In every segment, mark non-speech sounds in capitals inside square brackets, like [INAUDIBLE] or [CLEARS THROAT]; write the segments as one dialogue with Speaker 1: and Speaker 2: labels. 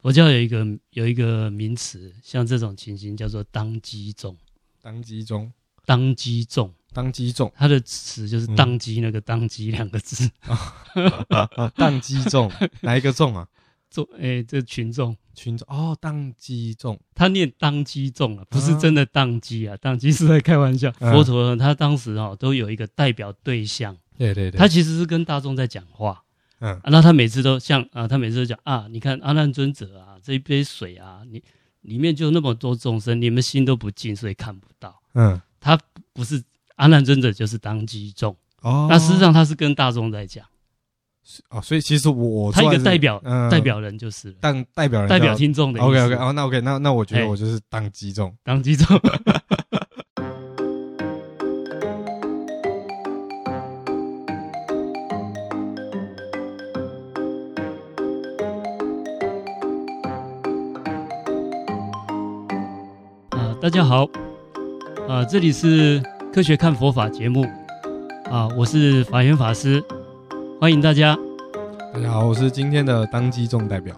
Speaker 1: 佛教有一个有一个名词，像这种情形叫做当机众，
Speaker 2: 当机中，
Speaker 1: 当机众，
Speaker 2: 当机中， [LAUGHS]
Speaker 1: 它的词就是
Speaker 2: 嗯
Speaker 1: 当机那个当机两个字， [LAUGHS]
Speaker 2: 当机中，哪一个中啊？
Speaker 1: 众诶、这群众。
Speaker 2: 群众哦，当机中，
Speaker 1: 他念当机众啊，不是真的当机啊，当机是在开玩笑。
Speaker 2: 嗯
Speaker 1: 佛陀呢他当时哦都有一个代表对象，
Speaker 2: 对对对，
Speaker 1: 他其实是跟大众在讲话，
Speaker 2: 嗯
Speaker 1: 啊，那他每次都像啊，他每次都讲啊，你看阿难尊者啊，这一杯水啊，你里面就那么多众生，你们心都不静，所以看不到。
Speaker 2: 嗯
Speaker 1: 他不是阿难尊者，就是当机众。
Speaker 2: 哦，
Speaker 1: 那事实上他是跟大众在讲，
Speaker 2: 哦，所以其实我
Speaker 1: 他一
Speaker 2: 坐
Speaker 1: 个
Speaker 2: 在这
Speaker 1: 代
Speaker 2: 里
Speaker 1: 表、
Speaker 2: 嗯
Speaker 1: 代表人就是了，
Speaker 2: 当代表人
Speaker 1: 代表听众的意思。哎
Speaker 2: OK OK 哦，那 OK 那那我觉得
Speaker 1: 嘿
Speaker 2: 我就是当机中，
Speaker 1: 当机众。 [LAUGHS] 啊，大家好，啊，这里是科学看佛法节目，啊，我是法源法师，欢迎大家
Speaker 2: 大家好，我是今天的当机中代表，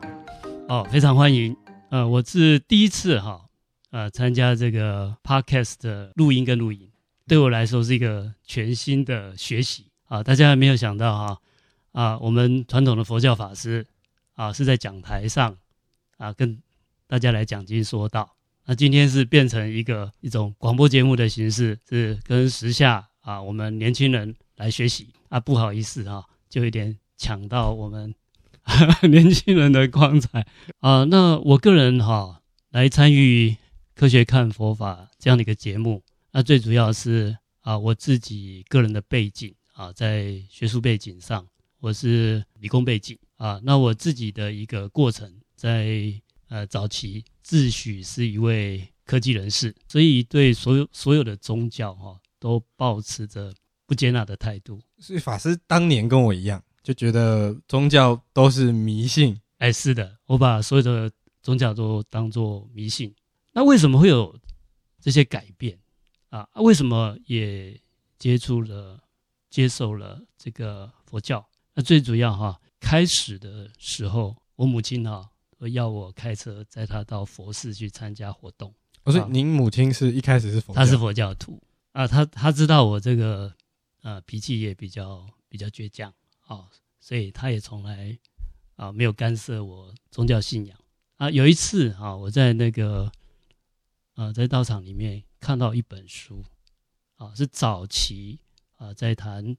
Speaker 1: 哦，非常欢迎。呃，我是第一次哈，呃，参加这个 podcast 的录音跟录影，对我来说是一个全新的学习啊。大家没有想到哈，啊，我们传统的佛教法师啊是在讲台上啊跟大家来讲经说道，那今天是变成一个一种广播节目的形式，是跟时下啊我们年轻人来学习啊。不好意思哈、就有点抢到我们 [LAUGHS] 年轻人的光彩啊、那我个人哈、来参与《科学看佛法》这样的一个节目，那最主要是啊我自己个人的背景啊，在学术背景上我是理工背景啊，那我自己的一个过程在呃早期自诩是一位科技人士，所以对所有所有的宗教哈、都保持着不接纳的态度。
Speaker 2: 所以法师当年跟我一样，就觉得宗教都是迷信，
Speaker 1: 哎，是的，我把所有的宗教都当做迷信。那为什么会有这些改变啊？为什么也接触了、接受了这个佛教？那最主要哈、开始的时候，我母亲哈、要我开车载她到佛寺去参加活动。
Speaker 2: 哦，所以
Speaker 1: 啊
Speaker 2: 您母亲是一开始是佛教，
Speaker 1: 他是佛教徒啊，他他知道我这个呃脾气也比较比较倔强哦，所以他也从来啊没有干涉我宗教信仰啊。有一次啊，我在那个呃在道场里面看到一本书啊，是早期啊在谈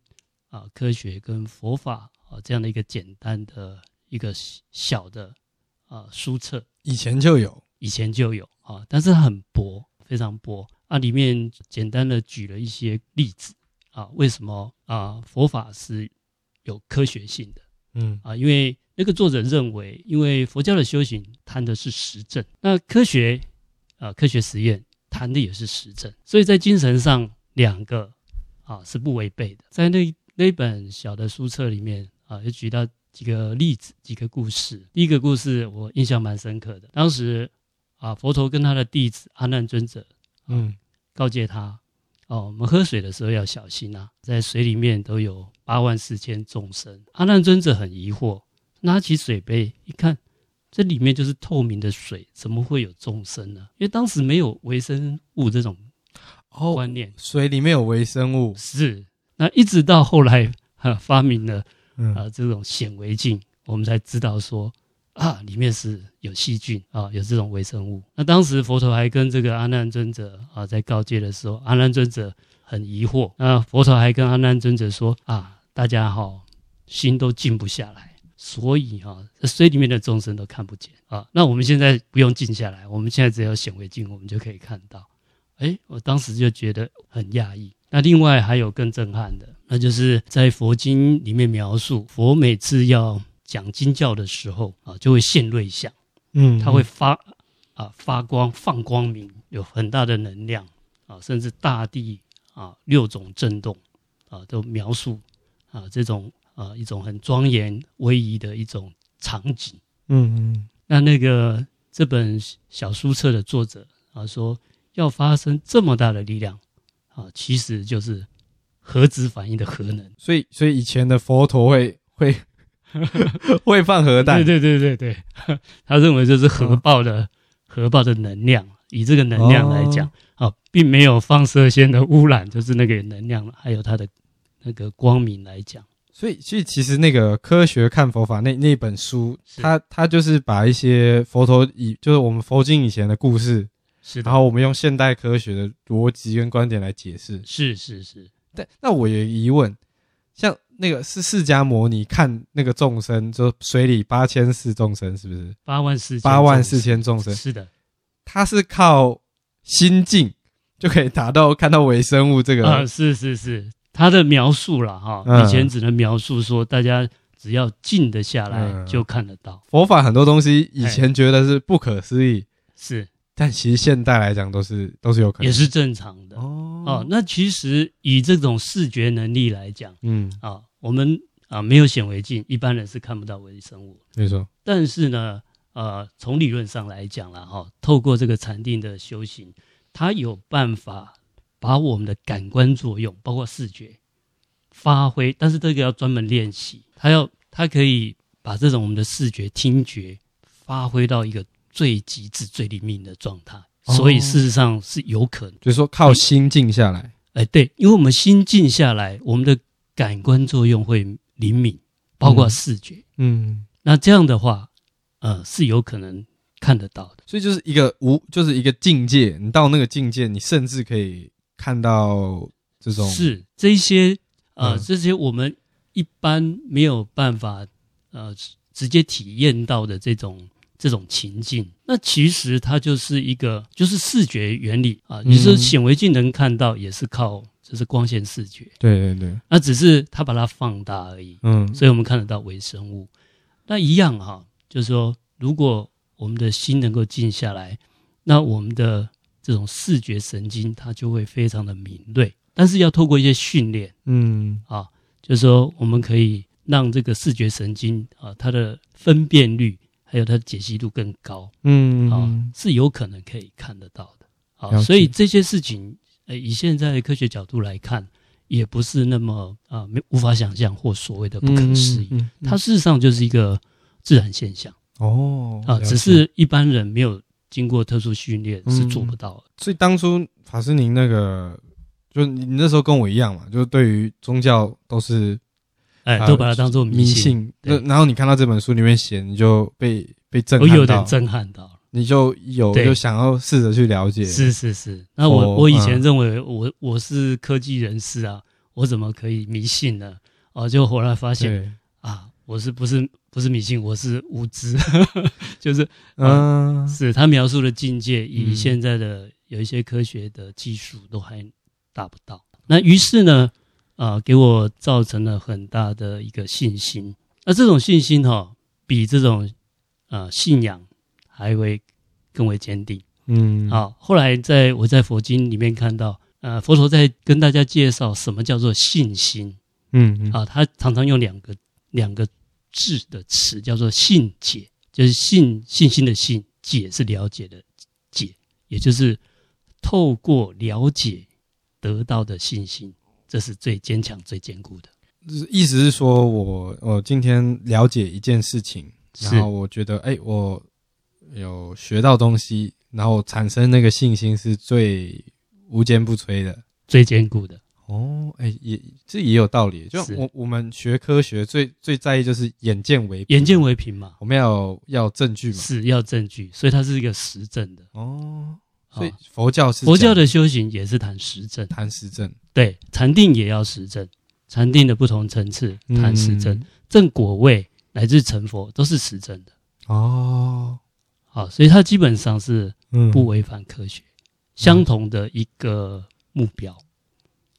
Speaker 1: 啊科学跟佛法啊这样的一个简单的一个小的啊书册，
Speaker 2: 以前就有，
Speaker 1: 以前就有啊，但是它很薄，非常薄啊。里面简单的举了一些例子啊，为什么啊佛法是有科学性的
Speaker 2: 嗯
Speaker 1: 啊？因为那个作者认为，因为佛教的修行谈的是实证，那科学啊科学实验谈的也是实证，所以在精神上两个啊是不违背的。在那那本小的书册里面啊，就举到几个例子、几个故事。第一个故事我印象蛮深刻的，当时啊，佛陀跟他的弟子阿难尊者
Speaker 2: 嗯，
Speaker 1: 告诫他：哦，我们喝水的时候要小心啊，在水里面都有八万四千众生。阿难尊者很疑惑，拿起水杯一看，这里面就是透明的水，怎么会有众生呢？因为当时没有微生物这种
Speaker 2: 哦，
Speaker 1: 观念，
Speaker 2: 水里面有微生物，
Speaker 1: 是那一直到后来、呃、发明了。啊、
Speaker 2: 嗯，
Speaker 1: 这种显微镜，我们才知道说啊，里面是有细菌啊，有这种微生物。那当时佛陀还跟这个阿难尊者啊在告诫的时候，阿难尊者很疑惑。那佛陀还跟阿难尊者说啊，大家哈、心都静不下来。所以哈、这水里面的众生都看不见啊。那我们现在不用静下来，我们现在只有显微镜，我们就可以看到。哎，我当时就觉得很讶异。那另外还有更震撼的，那就是在佛经里面描述，佛每次要讲经教的时候啊，就会现瑞相，
Speaker 2: 嗯，
Speaker 1: 它会发啊发光放光明，有很大的能量啊，甚至大地啊六种震动啊都描述啊这种啊一种很庄严威仪的一种场景。
Speaker 2: 嗯，嗯
Speaker 1: 那那个这本小书册的作者啊说，要发生这么大的力量啊，其实就是核子反应的核能。
Speaker 2: 所以所以以前的佛陀会会 [LAUGHS] 会放核弹
Speaker 1: 对，对对对对， [LAUGHS] 他认为这是核爆
Speaker 2: 嗯
Speaker 1: 的核爆的能量，以这个能量来讲，
Speaker 2: 哦
Speaker 1: 啊，并没有放射线的污染，就是那个能量，还有它的那个光明来讲，
Speaker 2: 所以，所以其实那个《科学看佛法那》那本书，
Speaker 1: 是
Speaker 2: 它它就是把一些佛陀以就是我们佛经以前的故事，
Speaker 1: 是
Speaker 2: 然
Speaker 1: 的，
Speaker 2: 后我们用现代科学的逻辑跟观点来解释。
Speaker 1: 是是是，
Speaker 2: 但那我有一个疑问，像那个是释迦摩尼看那个众生，就水里八千四众生，是不是
Speaker 1: 八万四
Speaker 2: 八万四千众生？
Speaker 1: 是的，
Speaker 2: 他是靠心境就可以达到看到微生物这个，
Speaker 1: 啊，是是是，他的描述了哈，
Speaker 2: 嗯
Speaker 1: 以前只能描述说大家只要静得下来
Speaker 2: 嗯
Speaker 1: 就看得到，
Speaker 2: 佛法很多东西以前觉得是不可思议，
Speaker 1: 是
Speaker 2: 但其实现代来讲都是都是有可
Speaker 1: 哎
Speaker 2: 能
Speaker 1: 也是正常的。
Speaker 2: 哦
Speaker 1: 哦，那其实以这种视觉能力来讲。
Speaker 2: 嗯，
Speaker 1: 啊，我们啊没有显微镜，一般人是看不到微生物。
Speaker 2: 没错，
Speaker 1: 但是呢，呃，从理论上来讲啦，哈、透过这个禅定的修行，它有办法把我们的感官作用，包括视觉发挥，但是这个要专门练习，它要它可以把这种我们的视觉、听觉发挥到一个最极致、最灵敏的状态。
Speaker 2: 哦
Speaker 1: 所以事实上是有可能。
Speaker 2: 就是说靠心静下来，
Speaker 1: 哎，对，因为我们心静下来，我们的感官作用会灵敏，包括
Speaker 2: 嗯
Speaker 1: 视觉。
Speaker 2: 嗯，
Speaker 1: 那这样的话，呃，是有可能看得到的。
Speaker 2: 所以就是一个无，就是一个境界，你到那个境界，你甚至可以看到这种
Speaker 1: 是这些呃、
Speaker 2: 嗯
Speaker 1: 这些我们一般没有办法呃直直接体验到的这种这种情境。那其实它就是一个就是视觉原理啊，你说
Speaker 2: 嗯
Speaker 1: 显微镜能看到，也是靠就是光线视觉，
Speaker 2: 对对对，
Speaker 1: 那只是它把它放大而已。
Speaker 2: 嗯，
Speaker 1: 所以我们看得到微生物。那一样哈、就是说，如果我们的心能够静下来，那我们的这种视觉神经它就会非常的敏锐。但是要透过一些训练
Speaker 2: 嗯，
Speaker 1: 啊，就是说我们可以让这个视觉神经啊，它的分辨率还有它的解析度更高
Speaker 2: 嗯
Speaker 1: 啊
Speaker 2: 嗯，
Speaker 1: 是有可能可以看得到的啊。
Speaker 2: 了解
Speaker 1: 所以这些事情，呃，以现在的科学角度来看，也不是那么啊没无法想象或所谓的不可思议。
Speaker 2: 嗯，嗯嗯
Speaker 1: 它事实上就是一个自然现象
Speaker 2: 哦
Speaker 1: 啊，
Speaker 2: 了解
Speaker 1: 只是一般人没有经过特殊训练
Speaker 2: 嗯
Speaker 1: 是做不到的。
Speaker 2: 所以当初法师您那个，就你你那时候跟我一样嘛，就是对于宗教都是
Speaker 1: 哎，
Speaker 2: 啊
Speaker 1: 都把它当做
Speaker 2: 迷
Speaker 1: 信，
Speaker 2: 信，
Speaker 1: 对
Speaker 2: 那然后你看到这本书里面写，你就被被震
Speaker 1: 我
Speaker 2: 撼
Speaker 1: 有
Speaker 2: 到
Speaker 1: 点，震撼到了。
Speaker 2: 你就有
Speaker 1: 对
Speaker 2: 就想要试着去了解，
Speaker 1: 是是是，那我、
Speaker 2: 哦
Speaker 1: 我以前认为我我是科技人士啊，我怎么可以迷信呢？哦，就后来发现
Speaker 2: 对，
Speaker 1: 啊，我是不是不是迷信，我是无知， [LAUGHS] 就是
Speaker 2: 嗯，
Speaker 1: 是他描述的境界，以
Speaker 2: 嗯
Speaker 1: 现在的有一些科学的技术都还达不到。那于是呢，啊，给我造成了很大的一个信心。那这种信心哈、比这种呃信仰还会更为坚定。
Speaker 2: 嗯，
Speaker 1: 啊，后来在我在佛经里面看到，呃，佛陀在跟大家介绍什么叫做信心
Speaker 2: 嗯，嗯，
Speaker 1: 啊，他常常用两个两个字的词叫做信解，就是信信心的信，解是了解的解，也就是透过了解得到的信心，这是最坚强、最坚固的。
Speaker 2: 就是意思是说我我今天了解一件事情，
Speaker 1: 是
Speaker 2: 然后我觉得哎、我有学到东西，然后产生那个信心是最无坚不摧的。
Speaker 1: 最坚固的，
Speaker 2: 哦，哎、也这也有道理。就是我我们学科学最最在意就是眼见为凭
Speaker 1: 眼见，为凭嘛，
Speaker 2: 我们要有要有证据嘛。
Speaker 1: 是要证据，所以它是一个实证的。
Speaker 2: 哦，
Speaker 1: 啊
Speaker 2: 所以佛教是
Speaker 1: 佛教
Speaker 2: 讲
Speaker 1: 的修行也是谈实证。
Speaker 2: 谈实证，
Speaker 1: 对，禅定也要实证，禅定的不同层次谈实证，
Speaker 2: 嗯
Speaker 1: 正果位乃至成佛都是实证的。
Speaker 2: 哦，
Speaker 1: 好，所以它基本上是
Speaker 2: 嗯
Speaker 1: 不违反科学，相同的一个目标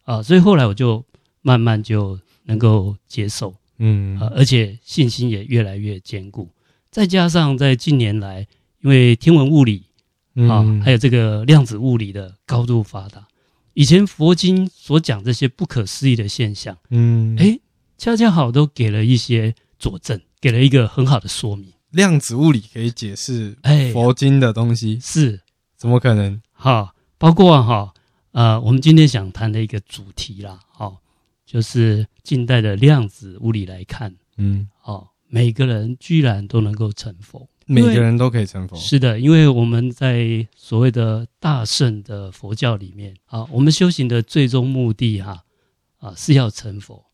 Speaker 1: 啊，所以后来我就慢慢就能够接受
Speaker 2: 嗯
Speaker 1: 啊，而且信心也越来越坚固。再加上在近年来，因为天文物理啊，还
Speaker 2: 有
Speaker 1: 有这个量子物理的高度发达，以前佛经所讲这些不可思议的现象。
Speaker 2: 嗯
Speaker 1: 哎恰恰好都给了一些佐证，给了一个很好的说明。
Speaker 2: 量子物理可以解释
Speaker 1: 哎，
Speaker 2: 佛经的东西，
Speaker 1: 是
Speaker 2: 怎么可能？
Speaker 1: 哈，包括哈呃，我们今天想谈的一个主哦题啦，哈、就是近代的量子物理来看，
Speaker 2: 嗯
Speaker 1: 哦，每个人居然都能够成佛。
Speaker 2: 每个人都可以成佛。
Speaker 1: 是的，因为我们在所谓的大圣的佛教里面啊，我们修行的最终目的哈啊是要成佛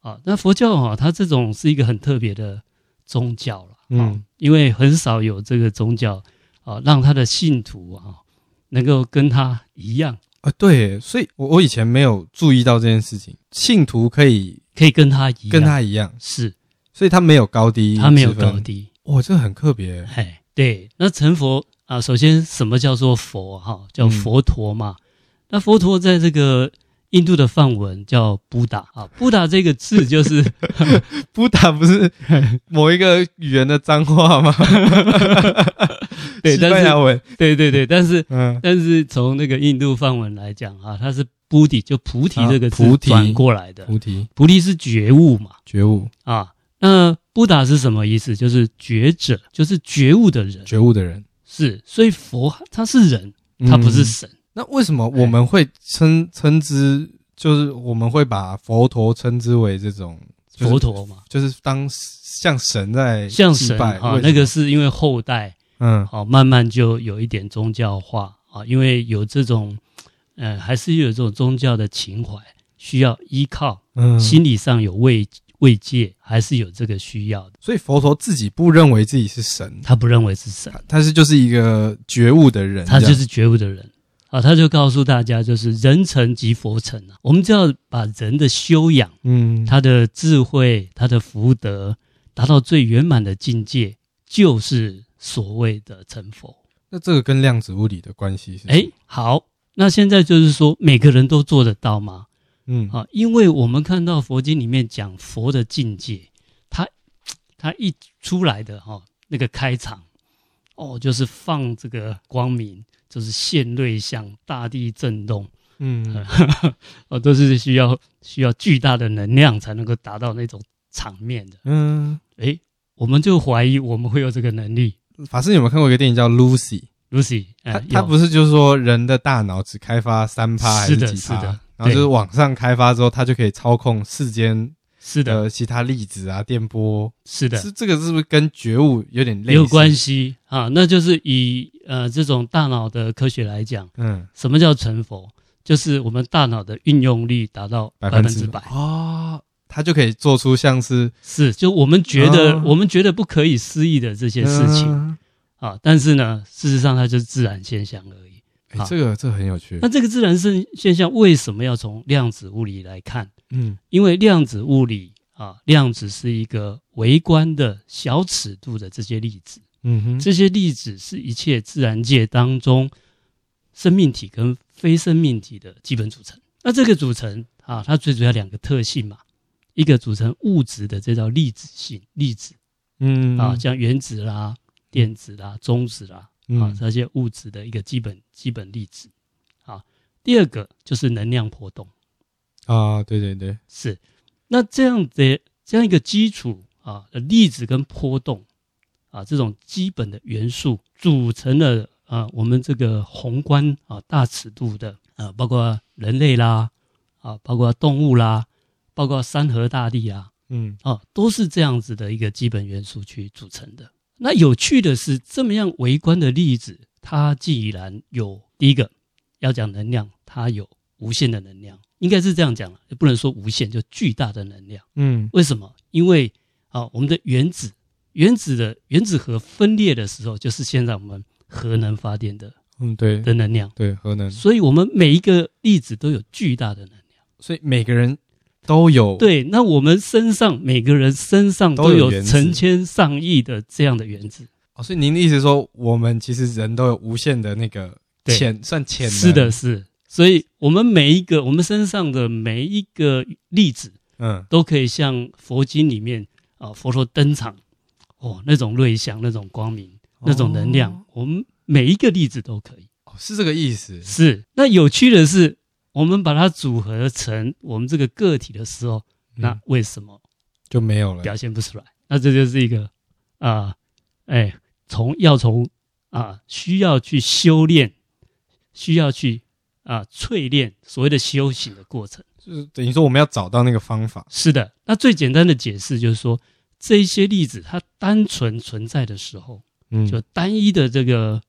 Speaker 1: 啊。那佛教哈、它这种是一个很特别的宗教了，啊、
Speaker 2: 嗯
Speaker 1: 因为很少有这个宗教啊，让他的信徒啊能够跟他一样，
Speaker 2: 啊，对耶，所以我我以前没有注意到这件事情，信徒可以
Speaker 1: 可以跟他一样，
Speaker 2: 跟他一样，
Speaker 1: 是
Speaker 2: 所以他没有高低，
Speaker 1: 嗯他没有高，低，
Speaker 2: 哇，这很特别耶。
Speaker 1: 哎，对，那成佛啊，首先什么叫做佛哈、叫
Speaker 2: 嗯
Speaker 1: 佛陀嘛。那佛陀在这个印度的梵文叫布达啊，布达这个字就是
Speaker 2: [LAUGHS] 布达不是某一个语言的脏话吗？
Speaker 1: [LAUGHS] 对
Speaker 2: 西
Speaker 1: 但是
Speaker 2: 班牙文，
Speaker 1: 对对对，但是
Speaker 2: 嗯，
Speaker 1: 但是从那个印度梵文来讲啊，它是布迪就菩提
Speaker 2: 啊
Speaker 1: 这个字
Speaker 2: 菩提
Speaker 1: 转过来的，
Speaker 2: 菩提
Speaker 1: 菩提是觉悟嘛
Speaker 2: 觉悟，
Speaker 1: 啊。那布达是什么意思？就是觉者，就是觉悟的人，
Speaker 2: 觉悟的人，
Speaker 1: 是。所以佛他是人，他不是哎
Speaker 2: 嗯
Speaker 1: 神。
Speaker 2: 那为什么我们会称称之，就是我们会把佛陀称之为这种、就是
Speaker 1: 佛，陀嘛，
Speaker 2: 就是当像神在
Speaker 1: 像
Speaker 2: 祭
Speaker 1: 神
Speaker 2: 拜
Speaker 1: 啊
Speaker 2: 为，什
Speaker 1: 那个
Speaker 2: 么
Speaker 1: 是因为后代
Speaker 2: 嗯
Speaker 1: 好、慢慢就有一点宗教化啊，因为有这种，呃，还是有这种宗教的情怀，需要依靠，
Speaker 2: 嗯，
Speaker 1: 心理上有慰慰藉，还是有这个需要的。
Speaker 2: 所以佛陀自己不认为自己是神，
Speaker 1: 他不认为是神，
Speaker 2: 他是就是一个觉悟的人，
Speaker 1: 他
Speaker 2: 这
Speaker 1: 就
Speaker 2: 样
Speaker 1: 是觉悟的人啊，他就告诉大家，就是人成即佛成啊，我们就要把人的修养。
Speaker 2: 嗯，
Speaker 1: 他的智慧、他的福德达到最圆满的境界，就是所谓的成佛。
Speaker 2: 那这个跟量子物理的关系是什么
Speaker 1: 哎，好，那现在就是说，每个人都做得到吗？
Speaker 2: 嗯
Speaker 1: 啊，因为我们看到佛经里面讲佛的境界，他他一出来的哈、那个开场，哦，就是放这个光明，就是现瑞相，大地震动，
Speaker 2: 嗯，
Speaker 1: 哦，都是需要需要巨大的能量才能够达到那种场面的。
Speaker 2: 嗯，
Speaker 1: 诶，我们就怀疑我们会有这个能力。
Speaker 2: 法师你有没有看过一个电影叫《Lucy》？
Speaker 1: Lucy，
Speaker 2: 他
Speaker 1: 呃、
Speaker 2: 他
Speaker 1: 有
Speaker 2: 不是就是说人的大脑只开发三趴还
Speaker 1: 是的
Speaker 2: 几
Speaker 1: 是
Speaker 2: 趴？
Speaker 1: 的
Speaker 2: 然后就
Speaker 1: 对
Speaker 2: 是往上开发之后，它就可以操控世间
Speaker 1: 是的，
Speaker 2: 的其他粒子啊、电波。
Speaker 1: 是的，
Speaker 2: 呃是这个是不是跟觉悟有点类似？
Speaker 1: 有关。系啊。那就是以呃这种大脑的科学来讲，
Speaker 2: 嗯，
Speaker 1: 什么叫成佛？就是我们大脑的运用力达到
Speaker 2: 百
Speaker 1: 百分之
Speaker 2: 之
Speaker 1: 百，
Speaker 2: 哦，它就可以做出像是
Speaker 1: 是就我们觉得、
Speaker 2: 啊
Speaker 1: 我们觉得不可以思议的这些事情、
Speaker 2: 嗯
Speaker 1: 啊，但是呢，事实上它就是自然现象而已。
Speaker 2: 哎、
Speaker 1: 好
Speaker 2: 这个这个很有趣
Speaker 1: 啊那。这个自然现现象为什么要从量子物理来看？
Speaker 2: 嗯
Speaker 1: 因为量子物理啊，量子是一个微观的小尺度的这些粒子，
Speaker 2: 嗯哼，
Speaker 1: 这些粒子是一切自然界当中生命体跟非生命体的基本组成。那这个组成啊，它最主要两个特性嘛，一个组成物质的这叫粒子性粒子
Speaker 2: 嗯
Speaker 1: 啊，像原子啦、电子啦、中子啦啊
Speaker 2: 嗯，
Speaker 1: 这些物质的一个基本基本粒子啊。第二个就是能量波动。
Speaker 2: 啊，对对对，
Speaker 1: 是，那这样的这样一个基础啊，呃粒子跟波动啊，这种基本的元素组成了啊，我们这个宏观啊大尺度的啊，包括人类啦，啊，包括动物啦，包括山河大地啦，
Speaker 2: 嗯
Speaker 1: 啊，都是这样子的一个基本元素去组成的。那有趣的是，这么样微观的粒子，它既然有第一个要讲能量，它有无限的能量，应该是这样讲了，也不能说无限，就巨大的能量。
Speaker 2: 嗯
Speaker 1: 为什么？因为啊，我们的原子，原子的原子核分裂的时候，就是现在我们核能发电的
Speaker 2: 嗯，对
Speaker 1: 的能量，
Speaker 2: 对，核能，
Speaker 1: 所以我们每一个粒子都有巨大的能量。
Speaker 2: 所以每个人都有
Speaker 1: 对，那我们身上每个人身上
Speaker 2: 都
Speaker 1: 都
Speaker 2: 有
Speaker 1: 有
Speaker 2: 原子
Speaker 1: 成千上亿的这样的原子，
Speaker 2: 哦，所以您的意思是说，我们其实人都有无限的那个
Speaker 1: 对
Speaker 2: 潜，算潜能
Speaker 1: 是的，，是。所以，我们每一个我们身上的每一个粒子，
Speaker 2: 嗯，
Speaker 1: 都可以像佛经里面啊、佛陀登场，哦，那种瑞祥、那种光明、那种能量，我们每一个粒子都可以。
Speaker 2: 哦，是这个意思。
Speaker 1: 是。那有趣的是，我们把它组合成我们这个个体的时候，那
Speaker 2: 嗯
Speaker 1: 为什么
Speaker 2: 就没有了，
Speaker 1: 表现不出来。那这就是一个啊，哎、从要从啊需要去修炼，需要去啊淬炼所谓的修行的过程。
Speaker 2: 就是等于说我们要找到那个方法。
Speaker 1: 是的，那最简单的解释就是说，这一些例子它单纯存在的时候，
Speaker 2: 嗯，
Speaker 1: 就单一的这个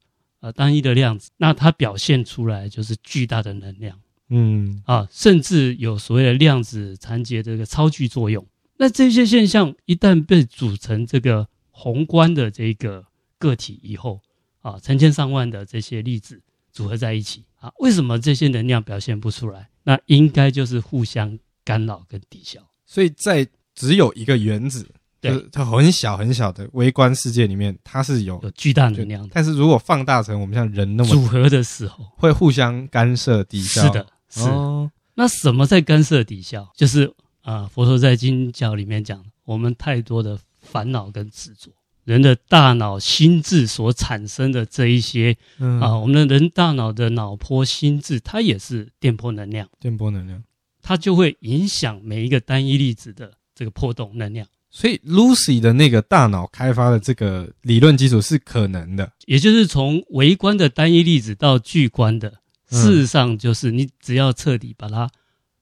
Speaker 1: 呃单一的量子，那它表现出来就是巨大的能量
Speaker 2: 嗯
Speaker 1: 啊，甚至有所谓的量子缠结这个超距作用。那这些现象一旦被组成这个宏观的这个个体以后啊，成千上万的这些粒子组合在一起啊，为什么这些能量表现不出来？那应该就是互相干扰跟抵消。
Speaker 2: 所以在只有一个原子，
Speaker 1: 对
Speaker 2: 就是它很小很小的微观世界里面，它是有
Speaker 1: 有巨大
Speaker 2: 就
Speaker 1: 能量的
Speaker 2: 但是如果放大成我们像人那
Speaker 1: 组
Speaker 2: 么，
Speaker 1: 合的时候，
Speaker 2: 会互相干涉抵消。
Speaker 1: 是的，是。
Speaker 2: 哦，
Speaker 1: 那什么在干涉抵消？就是啊、呃佛陀在经教里面讲，我们太多的烦恼跟执着，人的大脑、心智所产生的这一些
Speaker 2: 嗯
Speaker 1: 啊、我们的人大脑的脑波、心智，它也是电波能量，
Speaker 2: 电波能量。
Speaker 1: 它就会影响每一个单一粒子的这个波动能量。
Speaker 2: 所以 Lucy 的那个大脑开发的这个理论基础是可能的。
Speaker 1: 也就是从微观的单一粒子到巨观的，
Speaker 2: 嗯
Speaker 1: 事实上就是你只要彻底把它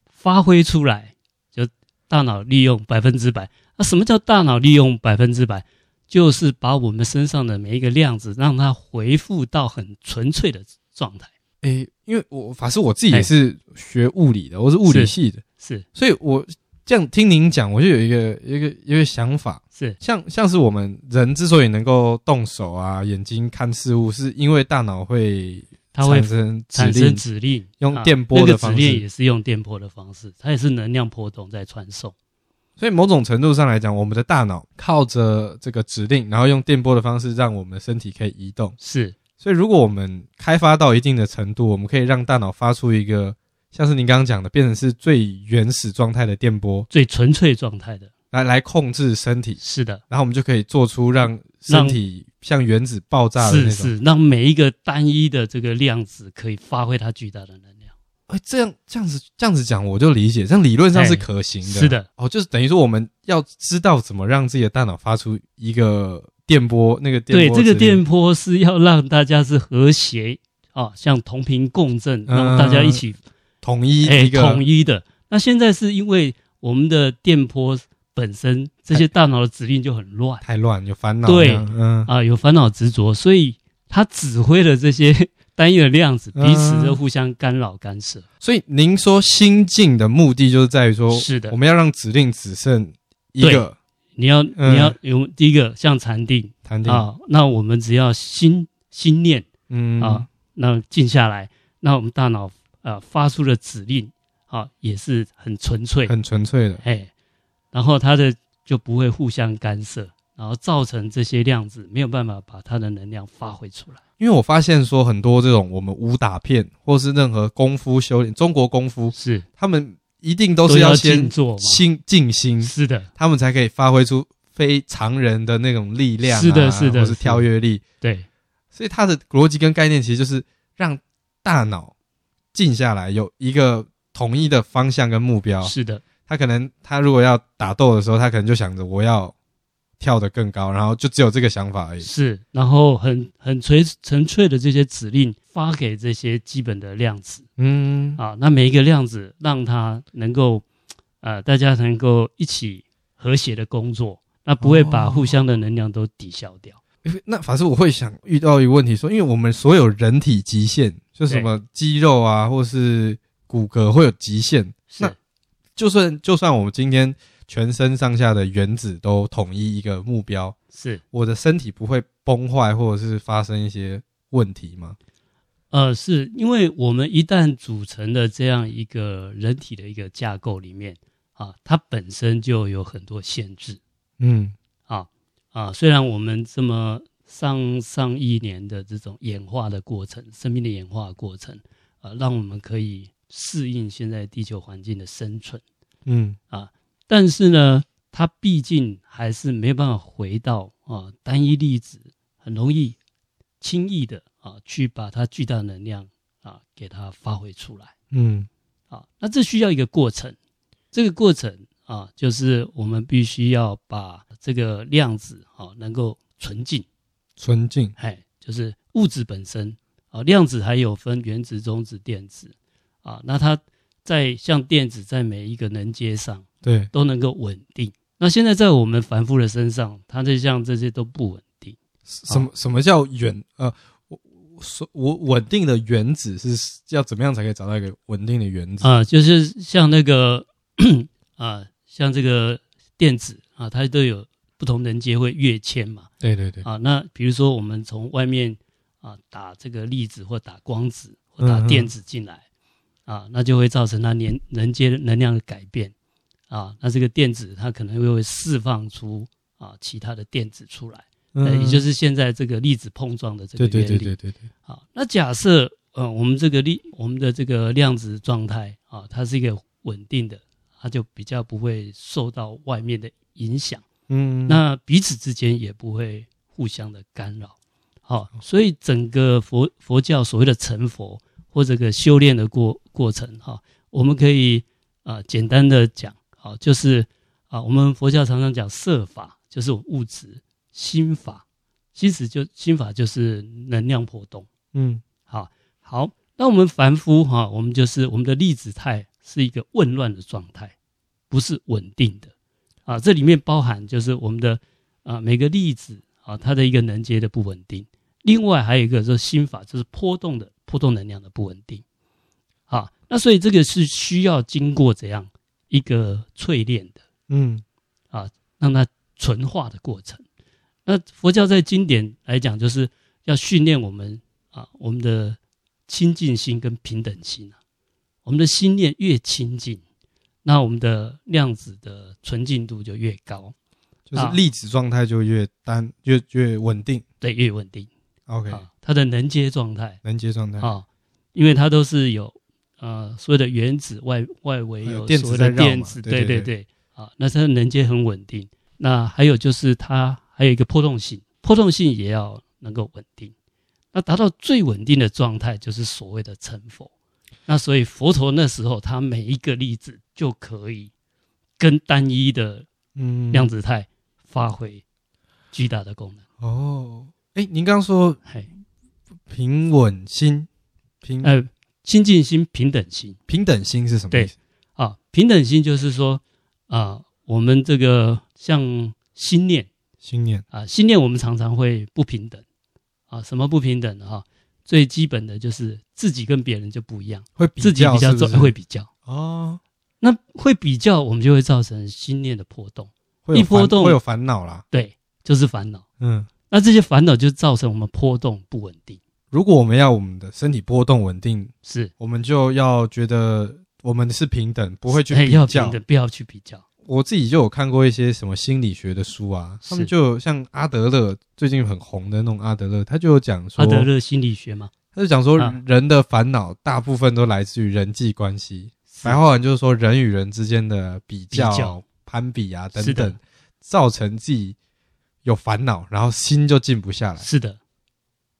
Speaker 1: 发挥出来，就大脑利用百分之百。那、什么叫大脑利用百分之百？就是把我们身上的每一个量子，让它回复到很纯粹的状态。
Speaker 2: 诶、因为我法师我自己也是学物理的，我是物理
Speaker 1: 是
Speaker 2: 系的，
Speaker 1: 是
Speaker 2: 所以我这样听您讲，我就有一个有一个有一个想法。
Speaker 1: 是，
Speaker 2: 像像是我们人之所以能够动手啊，眼睛看事物，是因为大脑会
Speaker 1: 它会
Speaker 2: 产生指
Speaker 1: 产
Speaker 2: 令
Speaker 1: 生。指令，
Speaker 2: 用
Speaker 1: 啊
Speaker 2: 电波的
Speaker 1: 那个
Speaker 2: 方
Speaker 1: 指令
Speaker 2: 式
Speaker 1: 也是用电波的方式，它也是能量波动在传送。
Speaker 2: 所以某种程度上来讲，我们的大脑靠着这个指令，然后用电波的方式让我们的身体可以移动。
Speaker 1: 是
Speaker 2: 所以如果我们开发到一定的程度，我们可以让大脑发出一个像是您刚刚讲的，变成是最原始状态的电波，
Speaker 1: 最纯粹状态的。
Speaker 2: 来来控制身体，
Speaker 1: 是的。
Speaker 2: 然后我们就可以做出让身体像原子爆炸的那
Speaker 1: 是是，
Speaker 2: 种。
Speaker 1: 让每一个单一的这个量子可以发挥它巨大的能量。
Speaker 2: 哎，这样这样子这样子讲，我就理解，这样理论上是可行的。
Speaker 1: 哎是，的，
Speaker 2: 哦，就是等于说我们要知道怎么让自己的大脑发出一个电波，那个电
Speaker 1: 对，
Speaker 2: 波
Speaker 1: 这个
Speaker 2: 指令
Speaker 1: 电波是要让大家是和谐啊，像同频共振，
Speaker 2: 嗯
Speaker 1: 让大家一起
Speaker 2: 统一
Speaker 1: 哎、
Speaker 2: 一个、
Speaker 1: 统一的。那现在是因为我们的电波本身这些大脑的指令就很乱
Speaker 2: 太乱有烦恼。
Speaker 1: 对
Speaker 2: 这样嗯，
Speaker 1: 啊，有烦恼执着，所以它指挥了这些单一的量子彼此
Speaker 2: 嗯
Speaker 1: 的互相干扰干涉。
Speaker 2: 所以您说心境的目的就是在于说，
Speaker 1: 是的
Speaker 2: 哦我们要让指令只剩一个
Speaker 1: 你要
Speaker 2: 嗯
Speaker 1: 你要有第一个像禅定
Speaker 2: 弹定，
Speaker 1: 啊，那我们只要心心念。
Speaker 2: 嗯
Speaker 1: 啊，那静下来，那我们大脑呃发出的指令啊也是很纯粹，
Speaker 2: 很纯粹的，
Speaker 1: 哎，然后它的就不会互相干涉，然后造成这些量子没有办法把它的能量发挥出来。
Speaker 2: 因为我发现说很多这种我们武打片或是任何功夫修炼，中国功夫
Speaker 1: 是，
Speaker 2: 他们一定都
Speaker 1: 都
Speaker 2: 是
Speaker 1: 要静
Speaker 2: 先
Speaker 1: 坐嘛？
Speaker 2: 心静心，
Speaker 1: 是的，
Speaker 2: 他们才可以发挥出非常人的那种力量、啊，
Speaker 1: 是的是的
Speaker 2: 或是跳跃力。
Speaker 1: 对，
Speaker 2: 所以它的逻辑跟概念其实就是让大脑静下来，有一个统一的方向跟目标。
Speaker 1: 是的，
Speaker 2: 他可能他如果要打斗的时候，他可能就想着我要跳得更高，然后就只有这个想法而已。
Speaker 1: 是。然后很很纯纯粹的这些指令发给这些基本的量子
Speaker 2: 嗯，
Speaker 1: 啊，那每一个量子让它能够呃大家能够一起和谐的工作，那不会把
Speaker 2: 哦
Speaker 1: 互相的能量都抵消掉。
Speaker 2: 那法师我会想遇到一个问题说，因为我们所有人体极限，就什么肌肉啊，或是骨骼会有极限，
Speaker 1: 是
Speaker 2: 那就算就算我们今天全身上下的原子都统一一个目标，
Speaker 1: 是，
Speaker 2: 我的身体不会崩坏或者是发生一些问题吗？
Speaker 1: 呃，是因为我们一旦组成了这样一个人体的一个架构里面啊，它本身就有很多限制
Speaker 2: 嗯
Speaker 1: 啊啊。虽然我们这么上上亿年的这种演化的过程，生命的演化过程，啊，让我们可以适应现在地球环境的生存。
Speaker 2: 嗯，
Speaker 1: 但是呢，它毕竟还是没办法回到啊单一粒子，很容易轻易的啊去把它巨大的能量啊给它发挥出来
Speaker 2: 嗯，
Speaker 1: 啊。那这需要一个过程，这个过程啊，就是我们必须要把这个量子啊能够纯净，
Speaker 2: 纯净，
Speaker 1: 哎，就是物质本身啊，量子还有分原子、中子、电子啊，那它在像电子在每一个能阶上
Speaker 2: 对，
Speaker 1: 都能够稳定。那现在在我们凡夫的身上，它就像这些都不稳定。
Speaker 2: 什么什么叫原呃，我所我稳定的原子是要怎么样才可以找到一个稳定的原子？
Speaker 1: 啊、就是像那个 [CLEARS THROAT] 啊、像这个电子啊，它都有不同人阶会跃迁嘛
Speaker 2: 对对对，
Speaker 1: 啊。那比如说我们从外面啊打这个粒子或打光子
Speaker 2: 嗯
Speaker 1: 或打电子进来、啊，那就会造成它连人阶能量的改变啊。那这个电子它可能又会释放出啊其他的电子出来，呃也就是现在这个粒子碰撞的这个
Speaker 2: 嗯对
Speaker 1: 原理。
Speaker 2: 对对对对对，
Speaker 1: 好，那假设呃，我们这个粒，我们的这个量子状态啊，它是一个稳定的，它就比较不会受到外面的影响，
Speaker 2: 嗯
Speaker 1: 那彼此之间也不会互相的干扰。好，所以整个佛佛教所谓的成佛或这个修炼的过过程哈、我们可以啊、呃简单的讲，好、就是啊、我们佛教常常讲色法，就是物质；心法，心识就心法就是能量波动。
Speaker 2: 嗯
Speaker 1: 好好，那我们凡夫哈、我们就是我们的粒子态是一个混乱的状态，不是稳定的啊。这里面包含就是我们的啊每个粒子啊它的一个能阶的不稳定，另外还有一个就是心法，就是波动的波动能量的不稳定。好，那所以这个是需要经过怎样一个淬炼的。
Speaker 2: 嗯
Speaker 1: 让它纯化的过程。那佛教在经典来讲，就是要训练我们啊，我们的清净心跟平等心啊。我们的心念越清净，那我们的量子的纯净度就越高，
Speaker 2: 就是
Speaker 1: 啊
Speaker 2: 粒子状态就越单越越稳定。
Speaker 1: 对，越稳定
Speaker 2: OK，
Speaker 1: 啊。它的能阶状态
Speaker 2: 能接状态，
Speaker 1: 啊，因为它都是有呃所谓的原子外外围
Speaker 2: 还有
Speaker 1: 有
Speaker 2: 电子
Speaker 1: 所谓的
Speaker 2: 在绕嘛
Speaker 1: 电子，
Speaker 2: 对
Speaker 1: 对
Speaker 2: 对
Speaker 1: 对啊，那它的能阶很稳定。那还有就是它还有一个波动性，波动性也要能够稳定。那达到最稳定的状态，就是所谓的成佛。那所以佛陀那时候，他每一个粒子就可以跟单一的
Speaker 2: 嗯
Speaker 1: 量子态发挥巨大的功能。
Speaker 2: 哦。哎，您刚说
Speaker 1: 嘿，
Speaker 2: 平稳心，平
Speaker 1: 呃，清净心、平等心，
Speaker 2: 平等心是什么意思？
Speaker 1: 啊，平等心就是说啊、我们这个像心念
Speaker 2: 心念，
Speaker 1: 啊，心念我们常常会不平等啊，什么不平等哈、啊？最基本的就是自己跟别人就不一样，
Speaker 2: 会比
Speaker 1: 自己比较
Speaker 2: 是不
Speaker 1: 重
Speaker 2: 是
Speaker 1: 会比较，
Speaker 2: 哦，
Speaker 1: 那会比较我们就会造成心念的波动，
Speaker 2: 会有
Speaker 1: 一波
Speaker 2: 烦
Speaker 1: 动
Speaker 2: 会有烦恼啦。
Speaker 1: 对，就是烦恼。
Speaker 2: 嗯，
Speaker 1: 那这些烦恼就造成我们波动不稳定，
Speaker 2: 如果我们要我们的身体波动稳定，
Speaker 1: 是
Speaker 2: 我们就要觉得我们是平等，不会去
Speaker 1: 哎
Speaker 2: 比
Speaker 1: 要
Speaker 2: 较
Speaker 1: 平。等，不要去比较，
Speaker 2: 我自己就有看过一些什么心理学的书啊，他们
Speaker 1: 是
Speaker 2: 就像阿德勒最近很红的那种阿德勒，他就有讲说，
Speaker 1: 阿德勒心理学嘛，
Speaker 2: 他就讲说
Speaker 1: 啊
Speaker 2: 人的烦恼大部分都来自于人际关系，
Speaker 1: 是
Speaker 2: 白话文就是说人与人之间的比较、
Speaker 1: 比较
Speaker 2: 攀比啊等
Speaker 1: 是的
Speaker 2: 等，造成自己有烦恼，然后心就静不下来。
Speaker 1: 是的，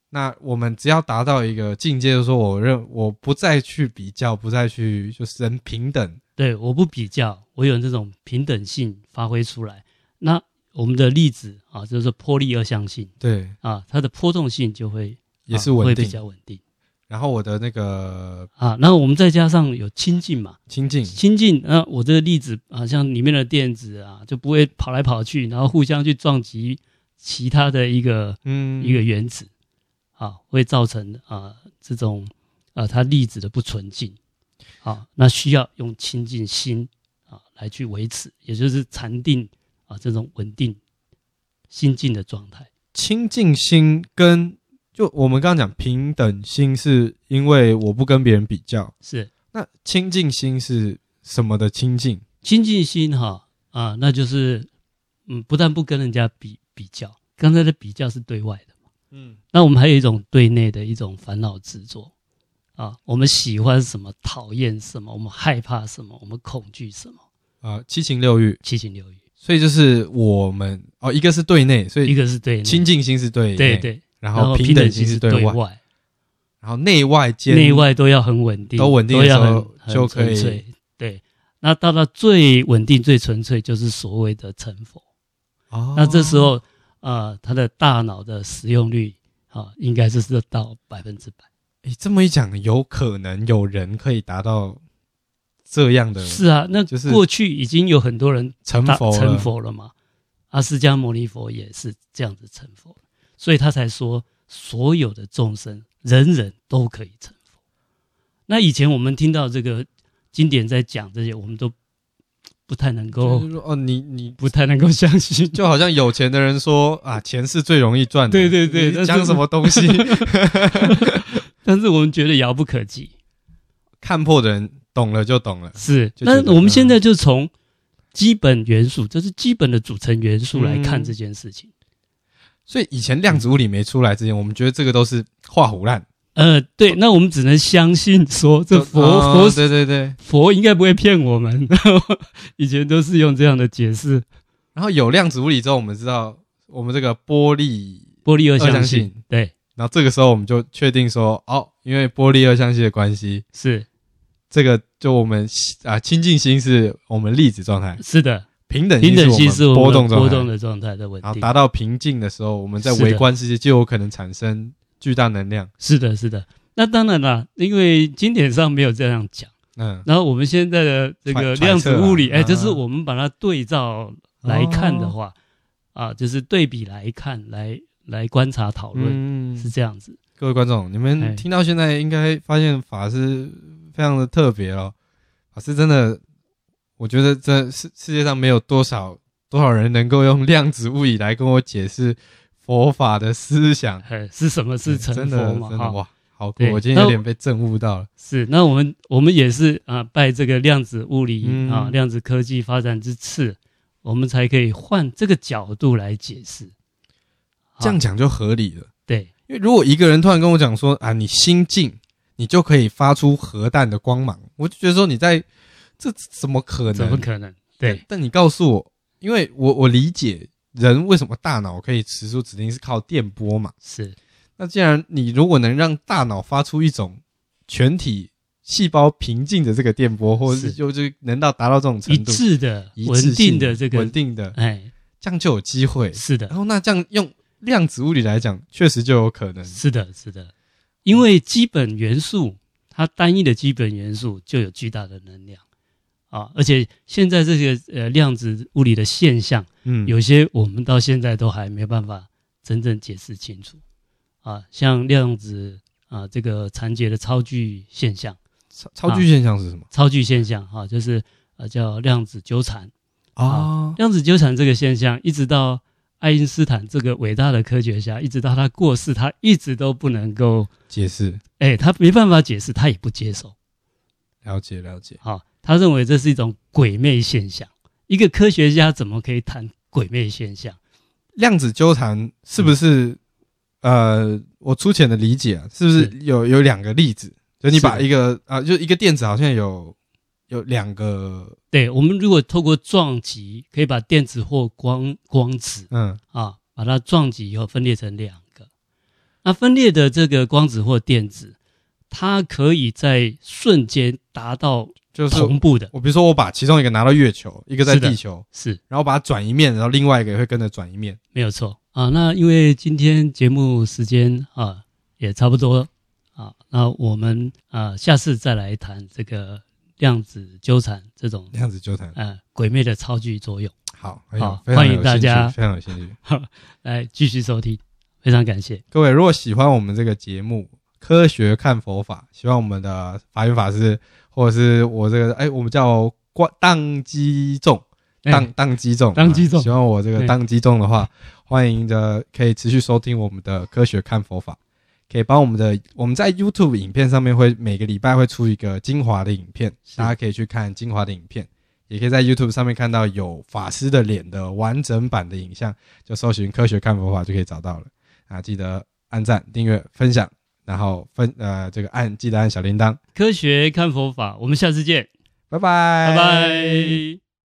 Speaker 2: 那我们只要达到一个境界，就是说我认我不再去比较，不再去就是人平等，
Speaker 1: 对，我不比较，我有这种平等性发挥出来。那我们的粒子啊，就是波粒二象性
Speaker 2: 对，
Speaker 1: 啊，它的波动性就会
Speaker 2: 也是
Speaker 1: 啊
Speaker 2: 稳
Speaker 1: 会
Speaker 2: 定
Speaker 1: 比。较稳定
Speaker 2: 然后我的那个
Speaker 1: 啊。那我们再加上有亲近嘛，
Speaker 2: 清净，
Speaker 1: 亲近，那我这个粒子啊，像里面的电子啊，就不会跑来跑去，然后互相去撞击其他的一个、
Speaker 2: 嗯，
Speaker 1: 一个原子啊，会造成啊这种啊它粒子的不纯净啊，那需要用清净心啊来去维持，也就是禅定啊这种稳定心境的状态。
Speaker 2: 清净心跟就我们刚刚讲平等心，是因为我不跟别人比较。
Speaker 1: 是
Speaker 2: 那清净心是什么的清净？
Speaker 1: 清净心哈啊那就是嗯，不但不跟人家比比较，刚才的比较是对外的，
Speaker 2: 嗯，
Speaker 1: 那我们还有一种对内的一种烦恼执着啊，我们喜欢什么，讨厌什么，我们害怕什么，我们恐惧什么，
Speaker 2: 啊，七情六欲，
Speaker 1: 七情六欲。
Speaker 2: 所以就是我们哦，一个是对内，所
Speaker 1: 一
Speaker 2: 以
Speaker 1: 个是对内
Speaker 2: 清净心是对内，
Speaker 1: 对对，
Speaker 2: 然
Speaker 1: 然
Speaker 2: 后
Speaker 1: 平
Speaker 2: 平等
Speaker 1: 心
Speaker 2: 心是
Speaker 1: 对
Speaker 2: 外，然后内外间
Speaker 1: 内外都要很稳定，
Speaker 2: 都稳定的
Speaker 1: 都要
Speaker 2: 时候
Speaker 1: 很很
Speaker 2: 就可以
Speaker 1: 纯粹。对，那到了最稳定、最纯粹，就是所谓的成佛。
Speaker 2: 哦，
Speaker 1: 那这时候，呃，他的大脑的使用率啊，应该就是到百分之百。
Speaker 2: 诶，这么一讲，有可能有人可以达到这样的
Speaker 1: 是啊，那
Speaker 2: 就是
Speaker 1: 过去已经有很多人
Speaker 2: 成
Speaker 1: 大
Speaker 2: 佛
Speaker 1: 成
Speaker 2: 了。
Speaker 1: 佛了嘛。阿释迦牟尼佛也是这样子成佛，所以他才说所有的众生人人都可以成佛。那以前我们听到这个经典在讲这些，我们都不太能够
Speaker 2: 就是说哦，你你
Speaker 1: 不太能够相信。
Speaker 2: 就好像有钱的人说啊，钱是最容易赚的。
Speaker 1: 对对对
Speaker 2: 你
Speaker 1: 但是
Speaker 2: 讲什么东西？ [LAUGHS]
Speaker 1: 但是我们觉得遥不可及，
Speaker 2: 看破的人懂了就懂了。
Speaker 1: 是。
Speaker 2: 嗯就觉
Speaker 1: 那
Speaker 2: 得
Speaker 1: 我们现在就从基本元素，这是基本的组成元素来看
Speaker 2: 嗯
Speaker 1: 这件事情。
Speaker 2: 所以以前量子物理没出来之前，我们觉得这个都是画胡烂。
Speaker 1: 呃，对，那我们只能相信说这
Speaker 2: 就
Speaker 1: 佛、
Speaker 2: 哦
Speaker 1: 佛
Speaker 2: 对对对。
Speaker 1: 佛应该不会骗我们， [LAUGHS] 以前都是用这样的解释。
Speaker 2: 然后有量子物理之后，我们知道我们这个波粒，
Speaker 1: 玻璃二
Speaker 2: 二
Speaker 1: 象
Speaker 2: 象
Speaker 1: 性
Speaker 2: 性，
Speaker 1: 对，
Speaker 2: 然后这个时候我们就确定说，哦，因为波粒二象性的关系，
Speaker 1: 是
Speaker 2: 这个就我们啊亲近心是我们粒子状态，
Speaker 1: 是的，
Speaker 2: 平等
Speaker 1: 平等
Speaker 2: 心
Speaker 1: 心
Speaker 2: 是
Speaker 1: 是
Speaker 2: 我
Speaker 1: 我
Speaker 2: 们
Speaker 1: 们
Speaker 2: 波动状
Speaker 1: 波
Speaker 2: 态
Speaker 1: 动，的状态的稳
Speaker 2: 然后
Speaker 1: 定。
Speaker 2: 达到平静的时候，我们在
Speaker 1: 是的
Speaker 2: 微观世界就有可能产生巨大能量。
Speaker 1: 是的，是的。那当然啦，因为经典上没有这样讲。
Speaker 2: 嗯，
Speaker 1: 然后我们现在的这个
Speaker 2: 揣揣
Speaker 1: 量子物理，
Speaker 2: 测啊
Speaker 1: 哎，
Speaker 2: 嗯
Speaker 1: 就是我们把它对照来看的话，
Speaker 2: 哦
Speaker 1: 啊，就是对比来看，来来观察讨论、是
Speaker 2: 嗯，
Speaker 1: 这样子。
Speaker 2: 各位观众，你
Speaker 1: 哎
Speaker 2: 们听到现在应该发现法师非常的特别哦，法师真的，我觉得这世世界上没有多少多少人能够用量子物理来跟我解释佛法的思想，
Speaker 1: 哎，是什么是成
Speaker 2: 真
Speaker 1: 佛
Speaker 2: 的
Speaker 1: 嘛？
Speaker 2: 真
Speaker 1: 哈
Speaker 2: 的，哇，好酷！
Speaker 1: 对
Speaker 2: 我今天有点被震悟到了。
Speaker 1: 是，那我们我们也是啊、拜这个量子物理、
Speaker 2: 嗯
Speaker 1: 啊、量子科技发展之赐，我们才可以换这个角度来解释。啊
Speaker 2: 这样讲就合理了。
Speaker 1: 对，
Speaker 2: 因为如果一个人突然跟我讲说啊，你心静，你就可以发出核弹的光芒，我就觉得说你在这这怎么可能？
Speaker 1: 怎么可能？对，
Speaker 2: 但你告诉我，因为我我理解人为什么大脑可以持出指令是靠电波嘛。
Speaker 1: 是
Speaker 2: 那既然你如果能让大脑发出一种全体细胞平静的这个电波，或者是
Speaker 1: 是
Speaker 2: 就就能到达到这种程
Speaker 1: 一
Speaker 2: 度，
Speaker 1: 致的、
Speaker 2: 一
Speaker 1: 稳
Speaker 2: 致性
Speaker 1: 定的这个
Speaker 2: 稳，定的，
Speaker 1: 哎，
Speaker 2: 这样就有机会。
Speaker 1: 是的
Speaker 2: 然，后那这样用量子物理来讲，确实就有可能。
Speaker 1: 是的，是的，因为基本元素它单一的基本元素就有巨大的能量啊，而且现在这些呃量子物理的现象。
Speaker 2: 嗯，
Speaker 1: 有些我们到现在都还没办法真正解释清楚啊，像量子啊这个残解的超距现象，
Speaker 2: 超超距现象是什么
Speaker 1: 超距现象哈、啊，就是呃叫量子纠缠。
Speaker 2: 啊？
Speaker 1: 量子纠缠这个现象，一直到爱因斯坦这个伟大的科学家，一直到他过世，他一直都不能够，
Speaker 2: 解释
Speaker 1: 哎，他没办法解释，他也不接受。
Speaker 2: 了解了解，
Speaker 1: 好、他认为这是一种鬼魅现象。一个科学家怎么可以谈鬼魅现象？
Speaker 2: 量子纠缠是不是？呃，我粗浅的理解啊，是不是有有两个例子？就你把
Speaker 1: 是
Speaker 2: 一个啊、就一个电子好像有有两个
Speaker 1: 对，我们如果透过撞击，可以把电子或光光子
Speaker 2: 嗯
Speaker 1: 啊，把它撞击以后分裂成两个。那分裂的这个光子或电子，它可以在瞬间达到
Speaker 2: 就是
Speaker 1: 同步的，
Speaker 2: 我比如说我把其中一个拿到月球，一个在
Speaker 1: 是的
Speaker 2: 地球，
Speaker 1: 是
Speaker 2: 然后把它转一面，然后另外一个也会跟着转一面。
Speaker 1: 没有错啊。那因为今天节目时间啊也差不多啊，那我们啊下次再来谈这个量子纠缠这种
Speaker 2: 量子纠缠，
Speaker 1: 呃鬼魅的超距作用，
Speaker 2: 好，很有
Speaker 1: 好
Speaker 2: 非常有
Speaker 1: 欢迎大家
Speaker 2: 兴趣非常有兴趣。
Speaker 1: 来继续收听，非常感谢，
Speaker 2: 各位如果喜欢我们这个节目《科学看佛法》，喜欢我们的法源法师，或者是我这个哎，我们叫关宕机众，
Speaker 1: 哎
Speaker 2: 宕宕机众，
Speaker 1: 宕机众
Speaker 2: 啊喜欢我这个
Speaker 1: 对
Speaker 2: 宕机众的话，欢迎着可以持续收听我们的《科学看佛法》，可以帮我们的我们在 YouTube 影片上面会每个礼拜会出一个精华的影片，
Speaker 1: 是
Speaker 2: 大家可以去看精华的影片。也可以在 YouTube 上面看到有法师的脸的完整版的影像，就搜寻“科学看佛法”就可以找到了。啊，记得按赞、订阅、分享，然后分呃这个按记得按小铃铛，
Speaker 1: 科学看佛法，我们下次见，
Speaker 2: 拜
Speaker 1: 拜
Speaker 2: 拜，
Speaker 1: 拜。